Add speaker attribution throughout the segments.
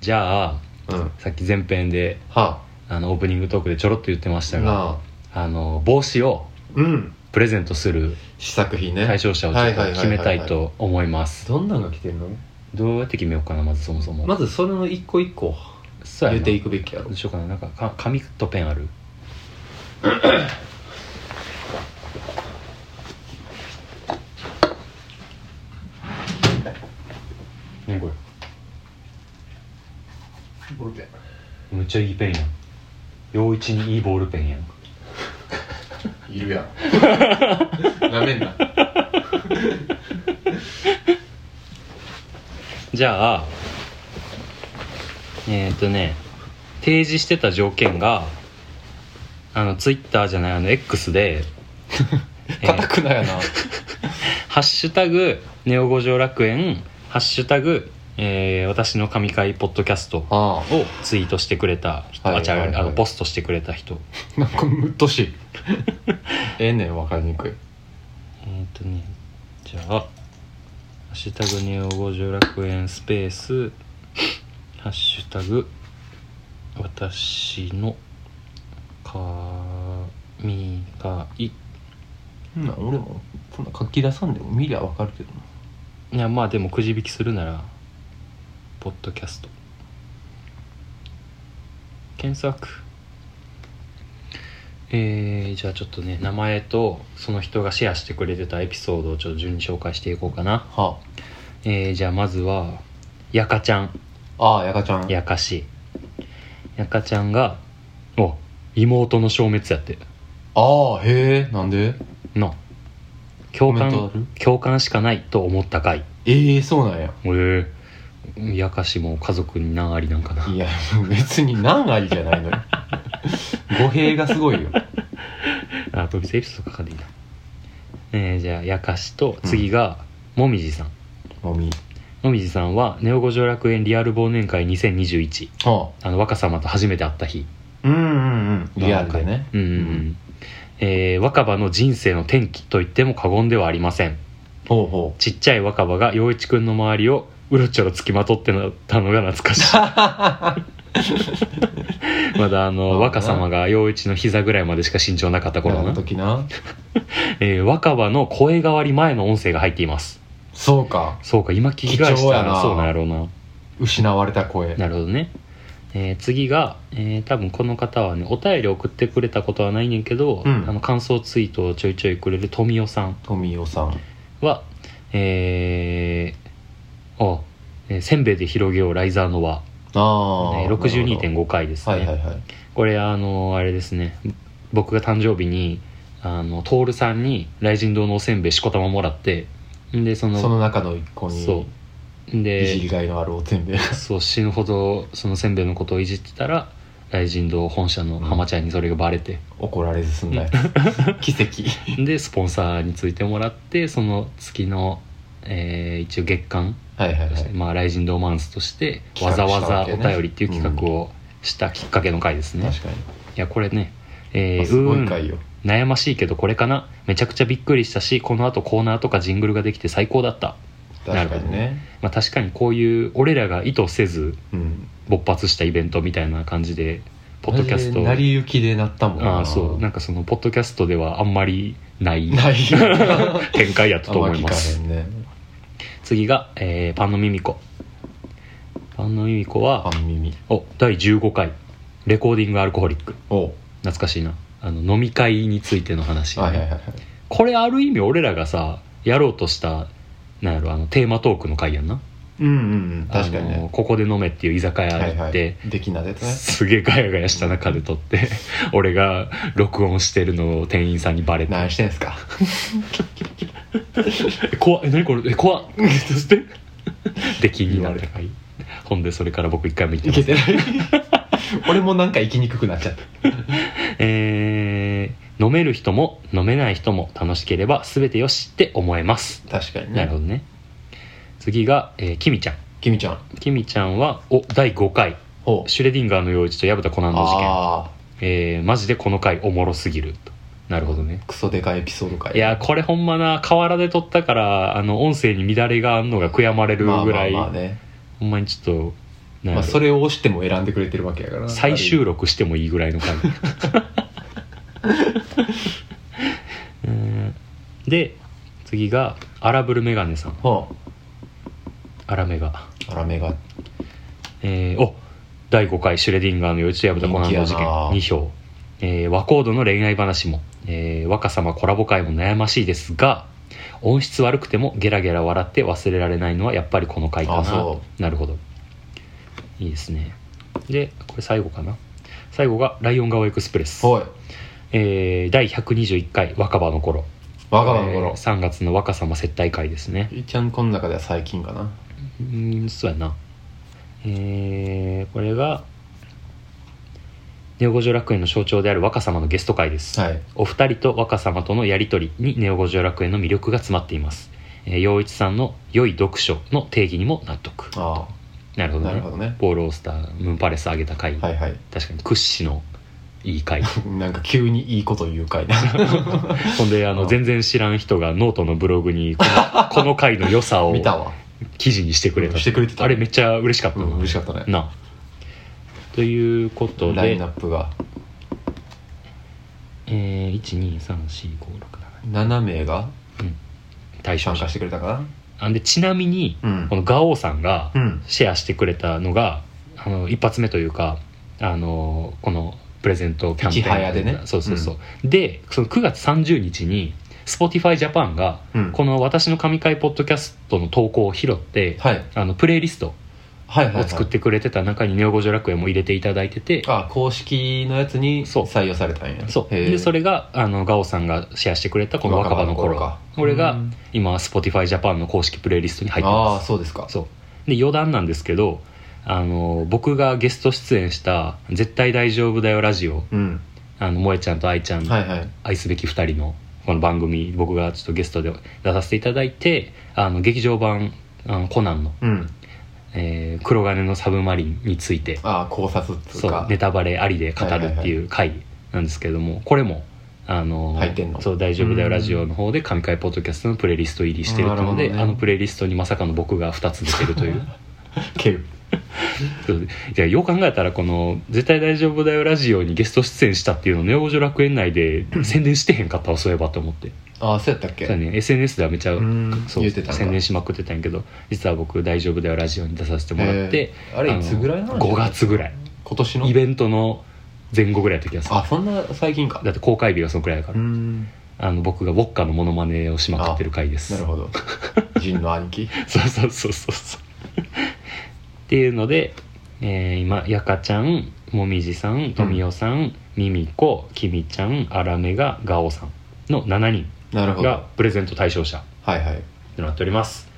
Speaker 1: じゃあ
Speaker 2: うんは
Speaker 1: さっき前編で
Speaker 2: あ
Speaker 1: あのオープニングトークでちょろっと言ってましたが
Speaker 2: なあ
Speaker 1: あの帽子を
Speaker 2: うん
Speaker 1: プレゼントする
Speaker 2: 試作品ね
Speaker 1: 対象者をちょっと決めたいと思います
Speaker 2: どんなんが来てるの
Speaker 1: どうやって決めようかなまずそもそも
Speaker 2: まずそれの一個一個
Speaker 1: そうや
Speaker 2: 言
Speaker 1: な
Speaker 2: っていくべきやろ
Speaker 1: どうしようかななんかか紙とペン ある何これ
Speaker 2: ボールペン
Speaker 1: むっちゃいいペンやん陽一にいいボールペンやん
Speaker 2: いるや んなめんな
Speaker 1: じゃあえっ、とね提示してた条件があのツイッターじゃないあの X でえー
Speaker 2: 硬くなやな
Speaker 1: ハッシュタグネオ五条楽園ハッシュタグ、えー私の神回ポッドキャストを
Speaker 2: あ
Speaker 1: ツイートしてくれた人、あ
Speaker 2: はい
Speaker 1: 違う、
Speaker 2: はいはい
Speaker 1: あのポストしてくれた人
Speaker 2: あなんかむっとしい ええねんわかりにくい
Speaker 1: えっ、とねじゃあ「ハッシュタグネオ五条楽園スペース」「ハッシュタグ私の神回」い
Speaker 2: そんなん俺もそんな書き出さんでも見りゃわかるけどな
Speaker 1: やまあでもくじ引きするなら「ポッドキャスト」検索えー、じゃあちょっとね名前とその人がシェアしてくれてたエピソードをちょっと順に紹介していこうかな
Speaker 2: は
Speaker 1: えー、じゃあまずはやかちゃん
Speaker 2: あああやかちゃん
Speaker 1: やかしやかちゃんがお妹の消滅やって
Speaker 2: ああへえなんで
Speaker 1: の共
Speaker 2: コメン
Speaker 1: 感
Speaker 2: トある
Speaker 1: 共感しかないと思ったかい
Speaker 2: ええそうなんや
Speaker 1: ええやかしも家族に何ありなんかない
Speaker 2: やもう別に何ありじゃないのよ語弊がすごいよ
Speaker 1: あと別エピソード書かんでいいなえー、じゃあやかしと次が、もみじさん
Speaker 2: もみ
Speaker 1: もみじさんはネオ五条楽園リアル忘年会2021
Speaker 2: は
Speaker 1: あの若様と初めて会った日
Speaker 2: あうんうんうんリアルでね
Speaker 1: うんうんうんえー若葉の人生の転機と言っても過言ではありません
Speaker 2: ほうほう
Speaker 1: ちっちゃい若葉が陽一くんの周りをうろちょろつきまとってたのが懐 かしいまだあ
Speaker 2: あー
Speaker 1: の若様が陽一の膝ぐらいまでしか身長なかった頃
Speaker 2: の
Speaker 1: な、
Speaker 2: 時な
Speaker 1: えー若葉の声変わり前の音声が入っています
Speaker 2: そうか
Speaker 1: そうか今聞き返
Speaker 2: 貴
Speaker 1: し
Speaker 2: 重や
Speaker 1: た
Speaker 2: な
Speaker 1: らそうなんやろうな
Speaker 2: 失われた声
Speaker 1: なるほどね、えー次が、えー多分この方はねお便り送ってくれたことはないねんけど、
Speaker 2: うん
Speaker 1: あの感想ツイートをちょいちょいくれる富代さん
Speaker 2: 富代さん
Speaker 1: はえー、あ、えーせんべいで広げようライザーの輪」
Speaker 2: ああ、
Speaker 1: ね、62.5回ですね、
Speaker 2: はいはいはい
Speaker 1: これあのあれですね僕が誕生日にあの徹さんに雷神堂のおせんべいしこたまもらってんでその
Speaker 2: その中の一個に
Speaker 1: そうん
Speaker 2: いじり
Speaker 1: で
Speaker 2: がいのあるおせんべい
Speaker 1: そう死ぬほどそのせんべいのことをいじってたら雷神堂本社の浜ちゃんにそれがバレて、
Speaker 2: 怒られず済んだ やつ奇跡
Speaker 1: でスポンサーについてもらってその月の、えー一応月間
Speaker 2: はいはい
Speaker 1: と
Speaker 2: は
Speaker 1: して、
Speaker 2: い
Speaker 1: まあ、雷神ドーマンスとしてわ
Speaker 2: 企
Speaker 1: ざ
Speaker 2: 画
Speaker 1: わ
Speaker 2: した
Speaker 1: ざ
Speaker 2: わ
Speaker 1: お
Speaker 2: けね
Speaker 1: 便りっていう企画をしたきっかけの回ですね、い
Speaker 2: 確かに、
Speaker 1: やこれね、えー、
Speaker 2: すご
Speaker 1: うー
Speaker 2: い
Speaker 1: ん
Speaker 2: 回よ
Speaker 1: 悩ましいけどこれかなめちゃくちゃびっくりしたしこのあとコーナーとかジングルができて最高だった、なるほ
Speaker 2: 確か
Speaker 1: ど
Speaker 2: にね
Speaker 1: まあ、確かにこういう俺らが意図せず
Speaker 2: うん
Speaker 1: 勃発したイベントみたいな感じでポッドキャスト
Speaker 2: マジで成り行きでなったもん
Speaker 1: ああそうなんんかそのポッドキャストではあんまりない
Speaker 2: ないよ
Speaker 1: 展開やった
Speaker 2: あ
Speaker 1: と
Speaker 2: んま
Speaker 1: 思い
Speaker 2: 聞
Speaker 1: ま
Speaker 2: か
Speaker 1: す
Speaker 2: へんね
Speaker 1: 次が、えーパンのミミコパンのミミコは
Speaker 2: あん耳
Speaker 1: お第15回レコーディングアルコホリック
Speaker 2: おう
Speaker 1: 懐かしいなあの飲み会についての話、
Speaker 2: はいはいはいはい
Speaker 1: これある意味俺らがさやろうとしたなんやろあのテーマトークの回やんな
Speaker 2: うんうんうん確かに
Speaker 1: あの
Speaker 2: ね
Speaker 1: ここで飲めっていう居酒屋
Speaker 2: は
Speaker 1: で、
Speaker 2: いはいできなでね
Speaker 1: すげえガヤガヤした中で撮って俺が録音してるのを店員さんにバレて
Speaker 2: 何してんすか
Speaker 1: え怖っえ何これえ 怖っそしてで気になった回ほんでそれから僕一回も行って
Speaker 2: い
Speaker 1: ませ
Speaker 2: け
Speaker 1: ん
Speaker 2: てない俺もなんか生きにくくなっちゃった
Speaker 1: えー飲める人も飲めない人も楽しければ全てよしって思えます、
Speaker 2: 確かに
Speaker 1: なる
Speaker 2: ね
Speaker 1: ほどね次が、えー、キミちゃん
Speaker 2: 君ちゃん
Speaker 1: キミちゃんはお第5回
Speaker 2: ほう
Speaker 1: シュレディンガーの陽一と薮田コナンの事件、
Speaker 2: あ
Speaker 1: えーマジでこの回おもろすぎるとなるほどね
Speaker 2: あクソでかいエピソードか
Speaker 1: いやこれほんまな河原で撮ったからあの音声に乱れがあんのが悔やまれる
Speaker 2: まあ
Speaker 1: ぐ
Speaker 2: ま
Speaker 1: ら
Speaker 2: あ
Speaker 1: い、
Speaker 2: まあね
Speaker 1: ほんまにちょっとなん
Speaker 2: ま
Speaker 1: や
Speaker 2: あ、
Speaker 1: ろ
Speaker 2: それを押しても選んでくれてるわけやから
Speaker 1: 再収
Speaker 2: 録
Speaker 1: 録してもいいぐらいの回うんで次がアラブルメガネさん
Speaker 2: は
Speaker 1: アラメガ
Speaker 2: あラメが
Speaker 1: えーお第5回シュレディンガーの幼稚園ブタコナンの事
Speaker 2: 人気
Speaker 1: 件
Speaker 2: やな
Speaker 1: 2票、えー和コードの恋愛話も、えー若様コラボ会も悩ましいですが音質悪くてもゲラゲラ笑って忘れられないのはやっぱりこの回か
Speaker 2: あ
Speaker 1: な
Speaker 2: そ
Speaker 1: なるほどいいですねでこれ最後かな最後が「ライオン川エクスプレス」
Speaker 2: おい
Speaker 1: えー第121回若葉の頃
Speaker 2: 若葉の
Speaker 1: えー
Speaker 2: 頃、
Speaker 1: 3月の若様接待会ですね
Speaker 2: ゆいちゃんこの中では最近かな
Speaker 1: うーんそうやなえーこれがネオ五条楽園の象徴である若様のゲスト会です、
Speaker 2: はい
Speaker 1: お二人と若様とのやり取りにネオ五条楽園の魅力が詰まっていますえー陽一さんの良い読書の定義にも納得
Speaker 2: あ
Speaker 1: なる
Speaker 2: あ
Speaker 1: ほど
Speaker 2: な
Speaker 1: ね
Speaker 2: るほどね
Speaker 1: ポール・オースタームーンパレス上げた回、
Speaker 2: はいはい
Speaker 1: 確かに屈指のいい回
Speaker 2: なんか急にいいこと言う かいな
Speaker 1: ほんであ
Speaker 2: う
Speaker 1: の
Speaker 2: ん
Speaker 1: 全然知らん人がノートのブログにこ のこの回の良さを
Speaker 2: 見たわ
Speaker 1: 記事にしてくれた
Speaker 2: してくれてた
Speaker 1: あれめっちゃ嬉しかった
Speaker 2: う
Speaker 1: な、
Speaker 2: ん嬉しかったね
Speaker 1: なということ
Speaker 2: ライン
Speaker 1: で
Speaker 2: ナッ、プが
Speaker 1: えー、1234567
Speaker 2: 7名が
Speaker 1: 対象
Speaker 2: 参
Speaker 1: 者
Speaker 2: 加してくれたか
Speaker 1: あんでちなみに
Speaker 2: なうん
Speaker 1: このガオーさんが
Speaker 2: うん
Speaker 1: シェアしてくれたのがあの一発目というかあのこのプレゼントキャンペーン
Speaker 2: いちはやでね
Speaker 1: そうそうそう、でその9月30日に Spotify Japan が
Speaker 2: うん
Speaker 1: この「私の神回ポッドキャスト」の投稿を拾って、
Speaker 2: はいはい
Speaker 1: あのプレイリスト
Speaker 2: はいは
Speaker 1: を
Speaker 2: い
Speaker 1: 作ってくれてた中に「ネオ五条楽園」も入れていただいてて、
Speaker 2: あ公式のやつに
Speaker 1: そう
Speaker 2: 採用されたんや
Speaker 1: そうでそ
Speaker 2: れ
Speaker 1: れがあのガオさんがシェアしてくれたこの若葉の頃これが今 Spotify Japan の公式プレイリストに入って
Speaker 2: あ
Speaker 1: ま
Speaker 2: あ
Speaker 1: す
Speaker 2: そうですか
Speaker 1: そうで余談なんですけどあの僕がゲスト出演した「絶対大丈夫だよラジオ
Speaker 2: うん」
Speaker 1: あの萌ちゃんと愛ちゃん、
Speaker 2: はいはい
Speaker 1: 愛すべき2人のこの番組僕がちょっとゲストで出させていただいてあの劇場版あのコナンの、
Speaker 2: うん
Speaker 1: えー黒金のサブマリン」について
Speaker 2: ああ考察っつ
Speaker 1: そうう
Speaker 2: か
Speaker 1: ネタバレありで語るっていう回なんですけれども、これもあの
Speaker 2: 入ってんの
Speaker 1: そう大丈夫だよ
Speaker 2: うん
Speaker 1: ラジオの方で神回ポッドキャストのプレイリスト入りしてるっていうので、
Speaker 2: なるほどね
Speaker 1: あのプレイリストにまさかの僕が2つ出てるという
Speaker 2: ける
Speaker 1: そういやよう考えたらこの「絶対大丈夫だよラジオ」にゲスト出演したっていうのをネオジョ楽園内で宣伝してへんかったわそういえばと思って
Speaker 2: ああそうやったっけ
Speaker 1: そうやね SNS ではめちゃ
Speaker 2: うん
Speaker 1: そう
Speaker 2: 言ってたんか
Speaker 1: 宣伝しまくってたんやけど実は僕「大丈夫だよラジオ」に出させてもらって
Speaker 2: へーあれいつぐらいなの
Speaker 1: 5月ぐらい
Speaker 2: 今年の
Speaker 1: イベントの前後ぐらいやった気がする
Speaker 2: あそんな最近か
Speaker 1: だって公開日がそのくらいだか
Speaker 2: う
Speaker 1: ら、
Speaker 2: ん
Speaker 1: あの僕がウォッカのモノマネをしまくってる回です
Speaker 2: なる ほどジンの兄貴
Speaker 1: そうそうそうそうそうっていうので、えー今やかちゃんもみじさんとみおさんみみこきみちゃんあらめががおさんの7人
Speaker 2: なるほど
Speaker 1: がプレゼント対象者
Speaker 2: はいはい
Speaker 1: となっております、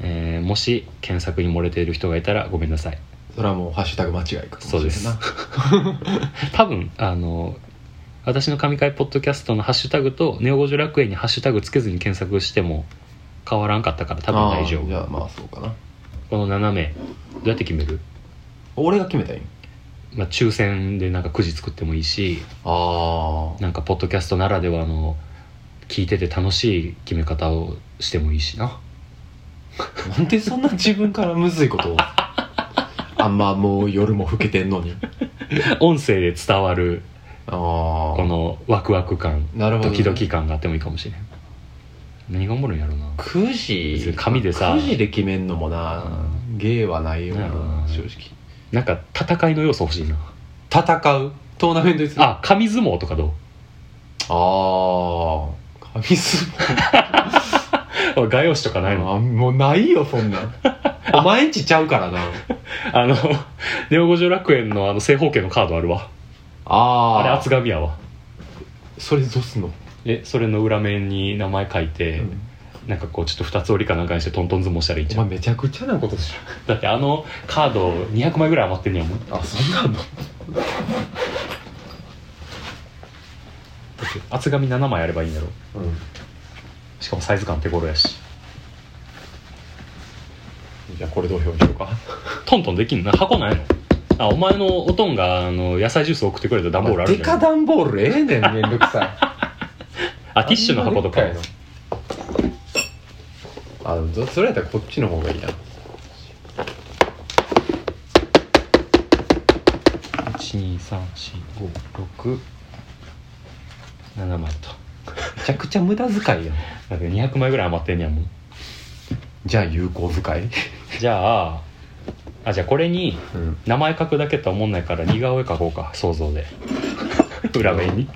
Speaker 1: えーもし検索に漏れている人がいたらごめんなさい
Speaker 2: それはもうハッシュタグ間違いかもしれんな
Speaker 1: そう多分あの私の神回ポッドキャストのハッシュタグとネオ五条楽園にハッシュタグつけずに検索しても変わらんかったから多分大丈
Speaker 2: あーじ
Speaker 1: 夫
Speaker 2: ゃあまあそうかな
Speaker 1: この7名どうやって決める、
Speaker 2: 俺が決めたいん
Speaker 1: まあ、抽選でなんかくじ作ってもいいし
Speaker 2: あ
Speaker 1: なんかポッドキャストならではの聞いてて楽しい決め方をしてもいいしな
Speaker 2: あなんでそんな自分からむずいことを あんまもう夜も更けてんのに
Speaker 1: 音声で伝わる
Speaker 2: あ
Speaker 1: こ
Speaker 2: あ
Speaker 1: のワクワク感
Speaker 2: なるほど
Speaker 1: ド
Speaker 2: ね
Speaker 1: キドキ感があってもいいかもしれん何がおもろいんやろうな
Speaker 2: 9時
Speaker 1: 別に紙でさ
Speaker 2: 9時で決めんのもな芸はないよ
Speaker 1: な
Speaker 2: な
Speaker 1: るほどな
Speaker 2: 正直
Speaker 1: なんか戦いの要素欲しいな
Speaker 2: 戦うトーナメントにするあ
Speaker 1: あ紙相撲とかどう
Speaker 2: あ紙相
Speaker 1: おい 画用紙とかないの
Speaker 2: 撲もうないよそん なんお前んちちゃうからな
Speaker 1: あの ネオ五条楽園のあの正方形のカードあるわ
Speaker 2: あ
Speaker 1: あれ
Speaker 2: あ
Speaker 1: 厚紙やわ
Speaker 2: それどうすんの、
Speaker 1: えそれの裏面に名前書いて、
Speaker 2: うん
Speaker 1: なんかこうちょっと二つ折りかなんかにしてトントン相撲したらいいん
Speaker 2: お
Speaker 1: じゃ
Speaker 2: 前
Speaker 1: ん
Speaker 2: めちゃくちゃなことし
Speaker 1: だってあのカード200枚ぐらい余ってんねやもん
Speaker 2: ろあそんなんの
Speaker 1: 厚紙7枚あればいいんだろ
Speaker 2: う
Speaker 1: しかもサイズ感手頃やし
Speaker 2: んじゃあこれどう表にしようか
Speaker 1: トントンできんな箱ないのあお前のおとんがあの野菜ジュース送ってくれた段ボールある
Speaker 2: デ
Speaker 1: じゃ
Speaker 2: カ
Speaker 1: ん
Speaker 2: ダンボールええねんめんどくさい
Speaker 1: あ ティッシュの箱とか
Speaker 2: あんなでっいのあどそれやったらこっちの方がいいな
Speaker 1: 1234567枚と
Speaker 2: めちゃくちゃ無駄遣いやん
Speaker 1: だけど200枚ぐらい余ってんねやもん
Speaker 2: じゃあ有効使い
Speaker 1: じゃああじゃあこれに
Speaker 2: うん
Speaker 1: 名前書くだけとは思んないから似顔絵描こうか想像で 裏面に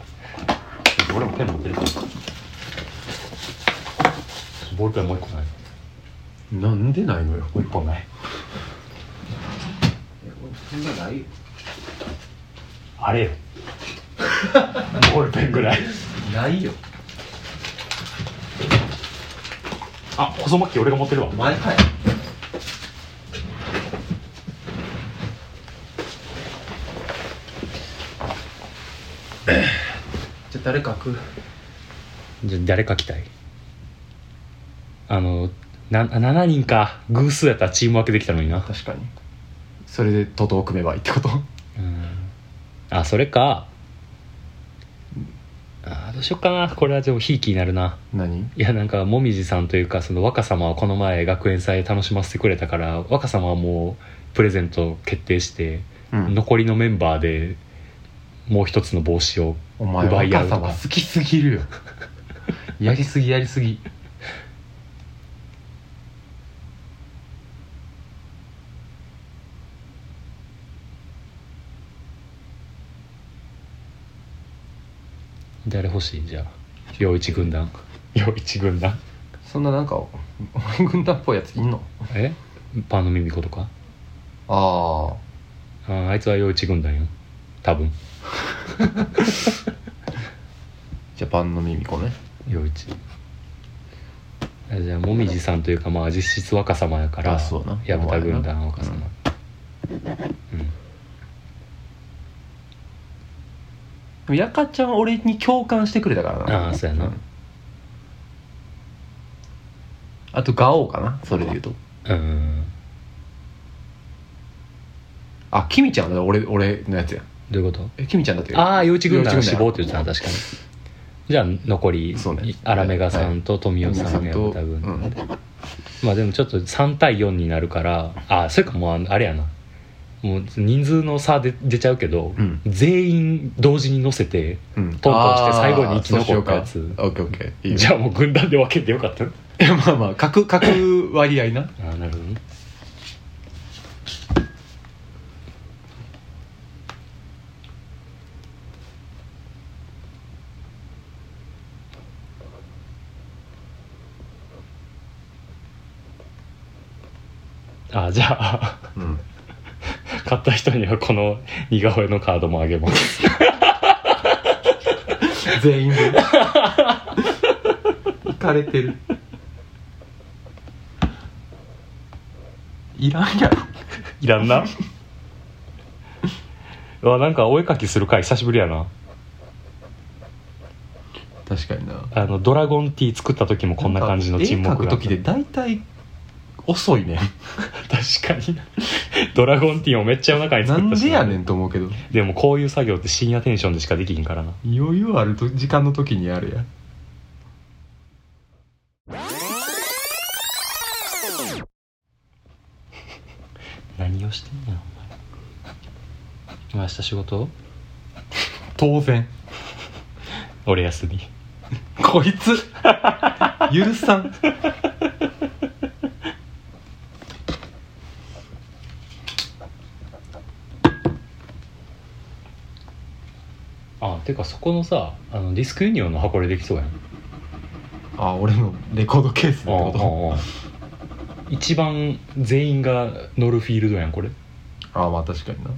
Speaker 1: 俺もペン持ってるからボールペンもう一個ない
Speaker 2: なんでないのよ
Speaker 1: もう一本ない
Speaker 2: そんなない
Speaker 1: あれよボールペンぐらい
Speaker 2: ないよ
Speaker 1: あ細巻き俺が持ってるわ
Speaker 2: 前かい じゃあ誰かく
Speaker 1: じゃあ誰書きたいあのな7人か偶数やったらチーム分けできたのにな
Speaker 2: 確かにそれで徒党組めばいいってこと
Speaker 1: うんあそれかあどうしよっかなこれはでもひいきになるな
Speaker 2: 何
Speaker 1: いやなんかもみじさんというかその若様はこの前学園祭楽しませてくれたから若様はもうプレゼント決定して、
Speaker 2: うん
Speaker 1: 残りのメンバーでもう一つの帽子を
Speaker 2: お前
Speaker 1: 奪い合う
Speaker 2: 若
Speaker 1: とか
Speaker 2: 様好きすぎるよ やりすぎやりすぎ
Speaker 1: 誰欲しいじゃあ陽一軍団陽一軍団
Speaker 2: そんななんかお前軍団っぽいやついんの
Speaker 1: えパンの耳子とか
Speaker 2: あ
Speaker 1: あーあいつは陽一軍団よ多分
Speaker 2: あじゃあパンの耳子ね
Speaker 1: 陽一あじゃあもみじさんというかまあ実質若様やから
Speaker 2: あそうな
Speaker 1: 矢蓋軍団若様
Speaker 2: う
Speaker 1: う
Speaker 2: ん
Speaker 1: ん
Speaker 2: でもやかちゃんは俺に共感してくれたからな
Speaker 1: あーそうやなん
Speaker 2: あとガオーかなそれで言うと
Speaker 1: うん
Speaker 2: あキミちゃんは俺俺のやつや
Speaker 1: どういうこと
Speaker 2: えキミちゃんだって
Speaker 1: ああ陽一軍団
Speaker 2: 幼
Speaker 1: の
Speaker 2: 稚
Speaker 1: 死
Speaker 2: 軍団
Speaker 1: 亡って言ってたな確かにじゃあ残り
Speaker 2: そうね
Speaker 1: アラメガさんと富
Speaker 2: お
Speaker 1: 雄
Speaker 2: じ
Speaker 1: さん矢蓋軍団、まあでもちょっと3対4になるからあそれかもうあれやなもう人数の差で出ちゃうけど、
Speaker 2: うん
Speaker 1: 全員同時に乗せて
Speaker 2: うん
Speaker 1: トントンして最後に生き残ったやつ
Speaker 2: あーそうしようかオッケーオッケーいいよ
Speaker 1: じゃあもう軍団で分けてよかった
Speaker 2: いやまあまあ角角割合な
Speaker 1: ああなるほどねああじゃあ
Speaker 2: うん
Speaker 1: 買った人にはこの似顔絵のカードもあげます
Speaker 2: 全員でいかれてるいらんやろ
Speaker 1: いらんな うわなんかお絵かきする回久しぶりやな
Speaker 2: 確かにな
Speaker 1: あのドラゴンティー作った時もこんな感じの沈黙
Speaker 2: 絵描く
Speaker 1: があった
Speaker 2: 時で大体遅いね
Speaker 1: 確かにドラゴンティーをめっちゃ夜中に
Speaker 2: ん な
Speaker 1: 作っ
Speaker 2: ん
Speaker 1: たし
Speaker 2: でやねんと思うけど
Speaker 1: でもこういう作業って深夜テンションでしかできひんからな
Speaker 2: 余裕あると時間の時にやるやん
Speaker 1: 何をしてんねんお前明日仕事
Speaker 2: 当然
Speaker 1: 俺休み
Speaker 2: こいつ許さん
Speaker 1: あてかそこのさあのディスクユニオンの箱でできそうやん
Speaker 2: あ俺のレコードケースってこ
Speaker 1: 一番全員が乗るフィールドやんこれ
Speaker 2: とああまあ確かにな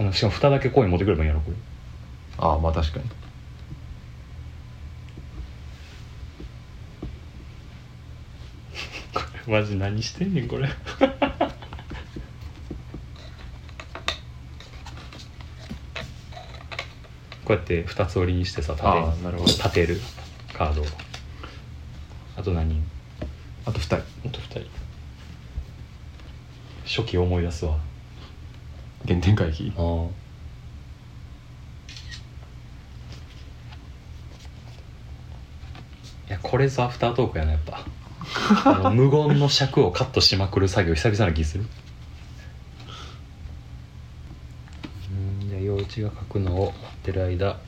Speaker 1: あのしかも蓋だけ声持ってくればいいんやろこれ
Speaker 2: ああまあ確かに
Speaker 1: これマジ何してんねん これこうやって二つ折りにしてさ立て
Speaker 2: あーなるほど
Speaker 1: 立てるカードをあと何人
Speaker 2: あと2人
Speaker 1: あと二人初期思い出すわ
Speaker 2: 原点回避
Speaker 1: あいやこれぞアフタートークやなやっぱあの無言の尺をカットしまくる作業久々な気するうちが書くのを待ってる間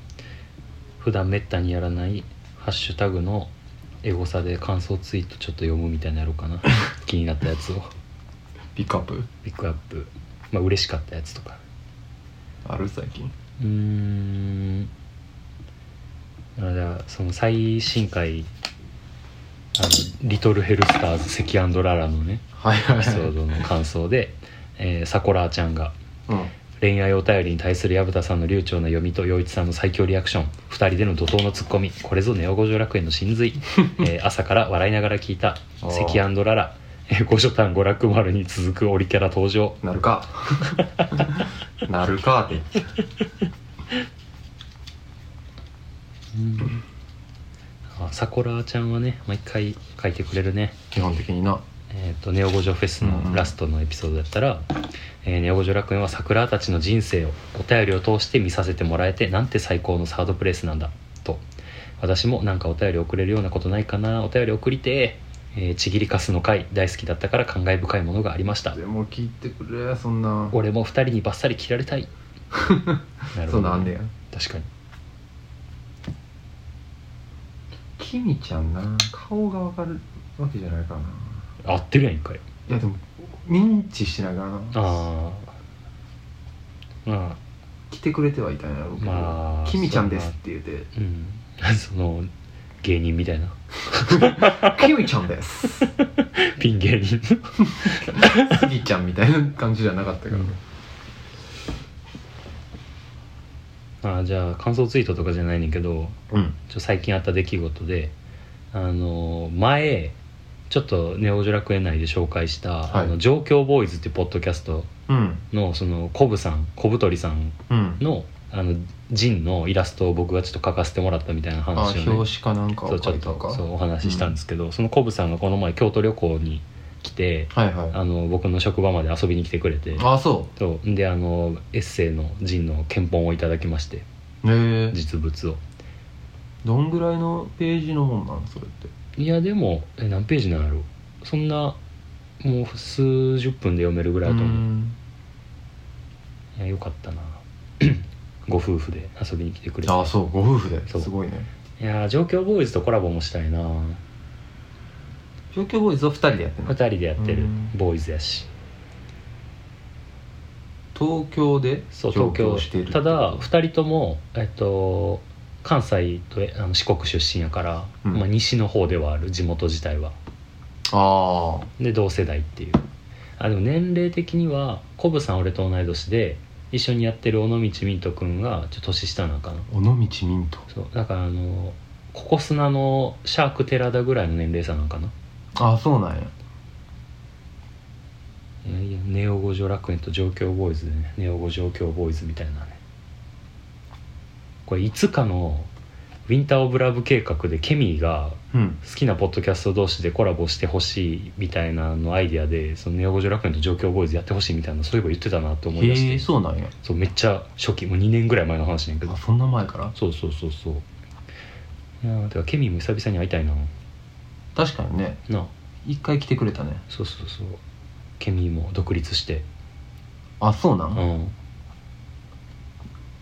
Speaker 1: 普段めったにやらないハッシュタグのエゴサで感想ツイートちょっと読むみたいなやろうかな気になったやつを
Speaker 2: ピックアップ
Speaker 1: ピックアップまあ嬉しかったやつとか
Speaker 2: ある最近
Speaker 1: うーんあじゃあその最新回あの「リトルヘルスターズ関ララ」のね
Speaker 2: はいはい
Speaker 1: エピ
Speaker 2: は
Speaker 1: ソ
Speaker 2: い
Speaker 1: ードの感想で、えー、サコラーちゃんが
Speaker 2: うん
Speaker 1: 恋愛お便りに対する薮田さんの流暢な読みと陽一さんの最強リアクション2人での怒涛のツッコミこれぞネオ五条楽園の真髄、えー朝から笑いながら聞いた
Speaker 2: あー
Speaker 1: 関ララ、えー、五所丹五楽丸に続くオリキャラ登場
Speaker 2: なるか なるかって
Speaker 1: あさこらちゃんはね毎回書いてくれるね
Speaker 2: 基本的にな
Speaker 1: えー、とネオ五条フェスのラストのエピソードだったら、えーネオ五条楽園は桜たちの人生をお便りを通して見させてもらえてなんて最高のサードプレイスなんだと私もなんかお便り送れるようなことないかなお便り送りてー、えーちぎりかすの回大好きだったから感慨深いものがありました
Speaker 2: でも聞いてくれそんな
Speaker 1: 俺も二人にバッサリ切られた いな
Speaker 2: そんなんあんねや
Speaker 1: 確かに
Speaker 2: きみちゃんな顔がわかるわけじゃないからな
Speaker 1: 合ってるやんかよ
Speaker 2: いやでも認知しながらな
Speaker 1: ああまあ
Speaker 2: 来てくれてはいたんやろうけど
Speaker 1: まあ
Speaker 2: きみちゃんです」って言って
Speaker 1: うん その芸人みたい な
Speaker 2: 「きみちゃんです」
Speaker 1: ピン芸人
Speaker 2: スギちゃんみたいな感じじゃなかったから、
Speaker 1: あーじゃあ感想ツイートとかじゃないねんけど
Speaker 2: うん
Speaker 1: ちょ最近あった出来事であのー前ちょっとネオ・ジュ楽園内で紹介した「
Speaker 2: はい
Speaker 1: あの状況ボーイズ」っていうポッドキャスト
Speaker 2: うん
Speaker 1: のそのコブさんコブトリさん
Speaker 2: うん
Speaker 1: のあのジンのイラストを僕がちょっと描かせてもらったみたいな
Speaker 2: あ
Speaker 1: 話
Speaker 2: 表
Speaker 1: を、ね
Speaker 2: 紙、かなんか
Speaker 1: そ
Speaker 2: を
Speaker 1: うち
Speaker 2: 書
Speaker 1: ょっ
Speaker 2: いたか
Speaker 1: とそうお話ししたんですけど、そのコブさんがこの前京都旅行に来て
Speaker 2: はいはい
Speaker 1: あの僕の職場まで遊びに来てくれて
Speaker 2: あそ
Speaker 1: そうんであのエッセイのジンの見本をいただきまして
Speaker 2: うへえ
Speaker 1: 実物を
Speaker 2: どんぐらいのページの本なんそれって
Speaker 1: いやでもえ何ページなんやろうそんなもう数十分で読めるぐらいだと思う、
Speaker 2: ん
Speaker 1: いやよかったな ご夫婦で遊びに来てくれて
Speaker 2: あそうご夫婦で
Speaker 1: そう
Speaker 2: すごいね
Speaker 1: いやー状況ボーイズとコラボもしたいな
Speaker 2: 状況ボーイズを2人でやって
Speaker 1: 2
Speaker 2: る
Speaker 1: 人でやってる
Speaker 2: うん
Speaker 1: ボーイズやし
Speaker 2: 東京で
Speaker 1: そう
Speaker 2: 上
Speaker 1: 東京
Speaker 2: 京している
Speaker 1: ただ2人ともえっと関西とえあの四国出身やから、
Speaker 2: うん
Speaker 1: まあ、西の方ではある地元自体は
Speaker 2: ああ
Speaker 1: で同世代っていうあでも年齢的にはコブさん俺と同い年で一緒にやってる尾道ミント君がちょっと年下なのかな
Speaker 2: 尾道ミント
Speaker 1: そうだからあのココスナのシャーク寺田ぐらいの年齢差なのかな
Speaker 2: あそうなんや
Speaker 1: いやいやネオ五条楽園と上京ボーイズでねネオ五条京ボーイズみたいなねこれいつかのウィンター・オブ・ラブ計画でケミーが
Speaker 2: うん
Speaker 1: 好きなポッドキャスト同士でコラボしてほしいみたいなのアイディアでそのネオ五条楽園と上京ボーイズやってほしいみたいなそういえば言ってたなと思い出し
Speaker 2: へえ
Speaker 1: て
Speaker 2: そうなんや
Speaker 1: そうめっちゃ初期もう2年ぐらい前の話やんけど
Speaker 2: あそんな前から
Speaker 1: そうそうそうそういやーてかケミーも久々に会いたいな
Speaker 2: 確かにね
Speaker 1: なあ
Speaker 2: 一回来てくれたね
Speaker 1: そうそうそうケミーも独立して
Speaker 2: あそうな
Speaker 1: うんん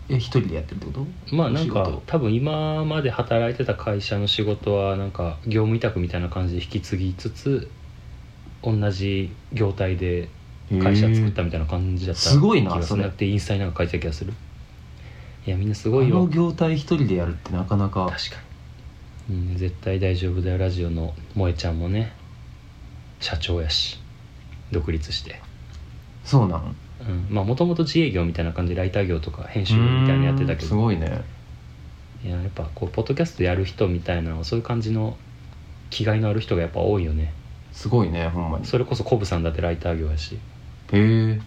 Speaker 2: え一人でやってるってこと
Speaker 1: まあなん
Speaker 2: お仕
Speaker 1: か
Speaker 2: 事
Speaker 1: 多分今まで働いてた会社の仕事はなんか業務委託みたいな感じで引き継ぎつつ同じ業態で会社作ったみたいな感じだった
Speaker 2: へーすごいな
Speaker 1: 気がす
Speaker 2: それ
Speaker 1: るってインスタになんか書いてた気がするいやみんなすご
Speaker 2: あ
Speaker 1: い
Speaker 2: の
Speaker 1: よ
Speaker 2: 業態一人でやるってなかなか
Speaker 1: 確かに、うん、絶対大丈夫だよラジオの萌えちゃんもね社長やし独立して
Speaker 2: そうなん
Speaker 1: うんまあもともと自営業みたいな感じでライター業とか編集業みたいなのやってたけ
Speaker 2: うーんす
Speaker 1: ど
Speaker 2: ごいね
Speaker 1: いややっぱこうポッドキャストやる人みたいなそういう感じの気概のある人がやっぱ多いよね
Speaker 2: すごいねほんまにへ
Speaker 1: それこそコブさんだってライター業やし
Speaker 2: え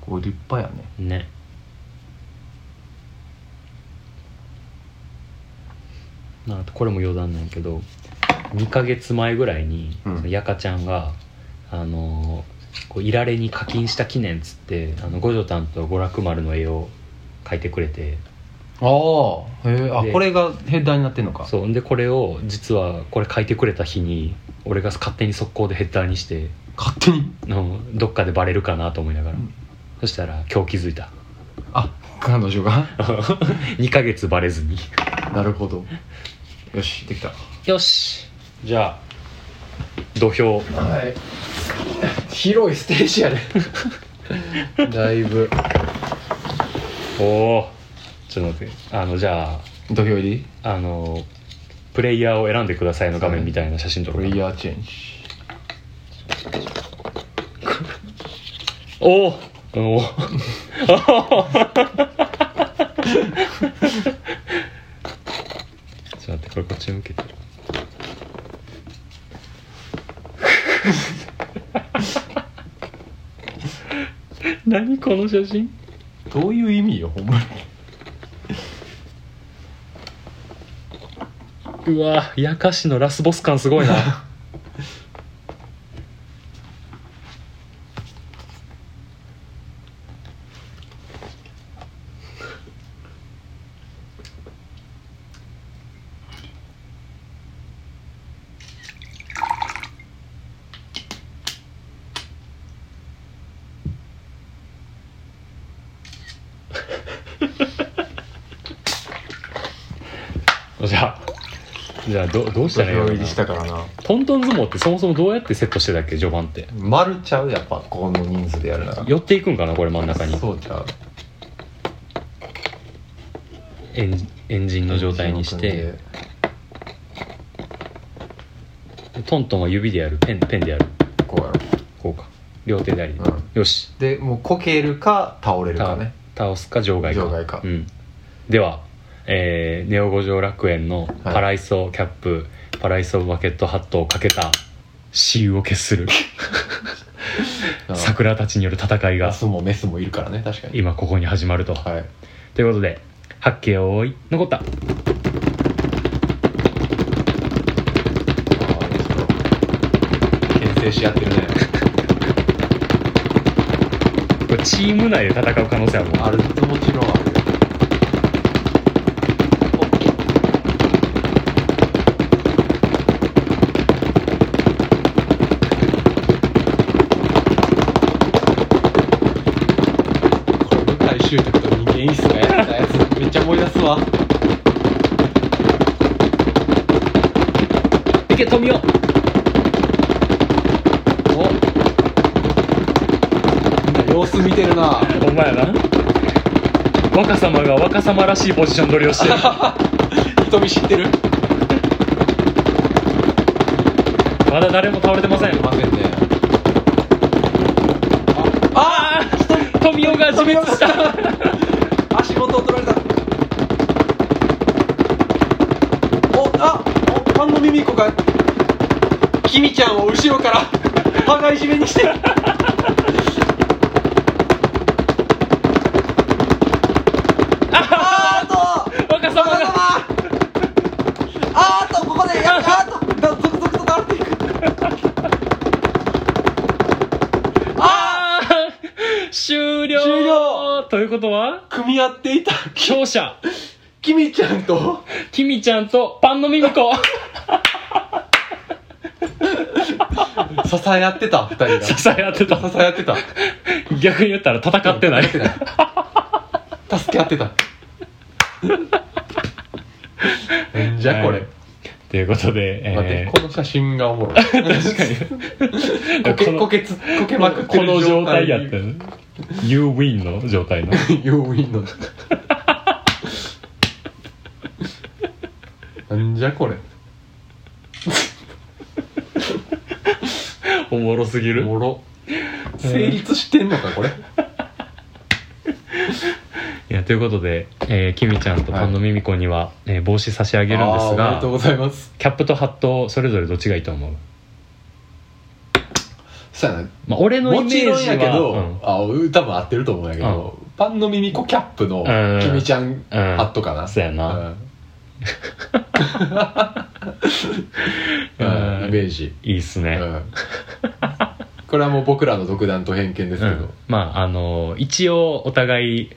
Speaker 2: こう立派やね
Speaker 1: ねまああとこれも余談なんやけど2ヶ月前ぐらいに、
Speaker 2: うん
Speaker 1: そのやかちゃんがあのーこういられに課金した記念っつってあの五条丹と五楽丸の絵を描いてくれて
Speaker 2: ああへえあ
Speaker 1: で
Speaker 2: これがヘッダーになってんのか
Speaker 1: そうでこれを実はこれ書いてくれた日に俺が勝手に速攻でヘッダーにして
Speaker 2: 勝手に
Speaker 1: のどっかでバレるかなと思いながら、
Speaker 2: うん
Speaker 1: そしたら今日気づいた
Speaker 2: あ彼女 が
Speaker 1: 2ヶ月バレずに
Speaker 2: なるほどよしできた
Speaker 1: よしじゃあ土俵
Speaker 2: はい広いステージやね だいぶ
Speaker 1: おおちょっと待ってあのじゃ
Speaker 2: 土俵入り
Speaker 1: ああのプレイヤーを選んでくださいの画面みたいな写真撮
Speaker 2: プ
Speaker 1: ろ
Speaker 2: レイ
Speaker 1: う
Speaker 2: ヤーチェンジ
Speaker 1: おーおーちょっと待ってこれこっち向 けてる何この写真
Speaker 2: どういう意味よほんまに
Speaker 1: うわやかしのラスボス感すごいな じゃあじゃあどどうし
Speaker 2: 土
Speaker 1: たらいい
Speaker 2: 俵
Speaker 1: のか
Speaker 2: 入
Speaker 1: な
Speaker 2: りしたからな
Speaker 1: トントン相撲ってそもそもどうやってセットしてたっけ序盤って
Speaker 2: 丸ちゃうやっぱこの人数でやるなら
Speaker 1: 寄っていくんかなこれ真ん中に
Speaker 2: そうちゃう
Speaker 1: 円円陣の状態にしてトントンは指でやるペンペンでやる
Speaker 2: こうやろ
Speaker 1: こうか両手でやり、
Speaker 2: うん
Speaker 1: よし
Speaker 2: でもうこけるか倒れるか
Speaker 1: 倒
Speaker 2: ね
Speaker 1: 倒すか場外か
Speaker 2: 場外か
Speaker 1: うん、では、えーネオ五条楽園のパライソキャップ、パライソバケットハットをかけた雌雄を決 する
Speaker 2: うん
Speaker 1: 桜たちによる戦い
Speaker 2: マ
Speaker 1: が
Speaker 2: スもメスもいるからね確かに
Speaker 1: 今ここに始まると、
Speaker 2: はい
Speaker 1: ということで八景を追い残った
Speaker 2: 牽制し合ってるね
Speaker 1: これチーム内で戦う可能性はもう
Speaker 2: あるもちろんあるこれ向井秀徳と人間いいっすねやったやつめっちゃ思い出すわ
Speaker 1: いけ富雄
Speaker 2: みんな様子見てるな
Speaker 1: おお前やな若様が若様らしいポジション取りをして る
Speaker 2: 人見知ってる
Speaker 1: まだ誰も倒れてません
Speaker 2: いませんね
Speaker 1: ああ富雄が自滅した
Speaker 2: 足元を取られたおあおパンの耳子がキミちゃんを後ろから 羽交い締めにしてるあーっと
Speaker 1: 若様 が
Speaker 2: あーっとあーっとここでやっあーっとだ続々と倒れていくあ
Speaker 1: あー終了
Speaker 2: 終了
Speaker 1: ということは
Speaker 2: ー組み合っていた
Speaker 1: 勝者
Speaker 2: キミちゃんと
Speaker 1: キミちゃんとパンのミミ コ
Speaker 2: 支え合ってた二人が
Speaker 1: 支え合ってた
Speaker 2: 支え合ってた
Speaker 1: 逆に言ったら戦ってない
Speaker 2: 助け合ってたなんじゃこれ、
Speaker 1: はいということで、
Speaker 2: 待って
Speaker 1: え
Speaker 2: この写真がおもろい確か
Speaker 1: ー
Speaker 2: こけ
Speaker 1: の
Speaker 2: こけつこけまくって
Speaker 1: こ
Speaker 2: る
Speaker 1: の状態やったよ You win の状態の
Speaker 2: 要因の なんじゃこ れ
Speaker 1: おもろすぎ
Speaker 2: おもろ成立してんのかこれ
Speaker 1: いやということで、えー、キミちゃんとパンのミミコには、えー帽子差し上げるんです
Speaker 2: あーおめでとう
Speaker 1: が
Speaker 2: ございます
Speaker 1: キャップとハットそれぞれどっちがいいと思う、
Speaker 2: さあな
Speaker 1: まあ、俺のイ
Speaker 2: も
Speaker 1: メー
Speaker 2: ち
Speaker 1: ジは
Speaker 2: ろんやけど、
Speaker 1: うん
Speaker 2: あ多分合ってると思うんやけど、パンの耳子キャップの
Speaker 1: ん
Speaker 2: 君ちゃん
Speaker 1: うん
Speaker 2: ハットかな、
Speaker 1: そうやな、
Speaker 2: うん
Speaker 1: うん
Speaker 2: イメージ、
Speaker 1: いいっす
Speaker 2: う
Speaker 1: ね、
Speaker 2: ん、これはもう僕らの独断と偏見ですけど、
Speaker 1: うんまああの一応お互い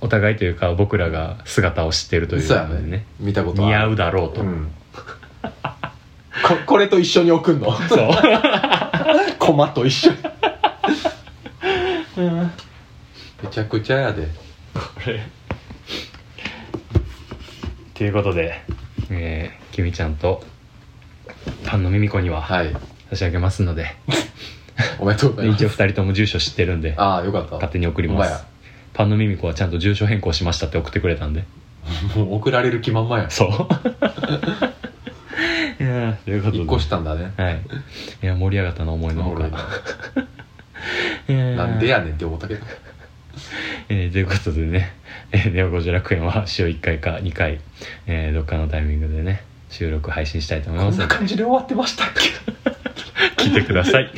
Speaker 1: お互いというか僕らが姿を知ってるという
Speaker 2: そうや
Speaker 1: ので
Speaker 2: ね
Speaker 1: ね
Speaker 2: 見たこと
Speaker 1: 似合
Speaker 2: う、
Speaker 1: うだろうと、
Speaker 2: うん、ここれと一緒に置くの
Speaker 1: そう
Speaker 2: コマと一緒にめちゃくちゃやで
Speaker 1: これということで、えー、きみちゃんとパンのミミコには
Speaker 2: はい
Speaker 1: 差し上げますので、
Speaker 2: おめでとうございま
Speaker 1: 一応
Speaker 2: す
Speaker 1: 2人とも住所知ってるんで
Speaker 2: ああよかった
Speaker 1: 勝手に送り
Speaker 2: お
Speaker 1: ま
Speaker 2: 前
Speaker 1: す
Speaker 2: や
Speaker 1: パンのミミコはちゃんと住所変更しましたって送ってくれたんで
Speaker 2: もう送られる気満々や
Speaker 1: そういやーということで
Speaker 2: 引っ越したんだね
Speaker 1: はいいや盛り上がったな思いのほか
Speaker 2: 俺
Speaker 1: な
Speaker 2: な
Speaker 1: ん
Speaker 2: でやねんって思ったけど
Speaker 1: えーということでね、えー、ネオゴジ楽園は週1回か2回、えーどっかのタイミングでね、収録配信したいと思い
Speaker 2: こ
Speaker 1: ま
Speaker 2: ん
Speaker 1: すの
Speaker 2: な
Speaker 1: で、
Speaker 2: 感じで終わってましたっけ
Speaker 1: 聞いてください。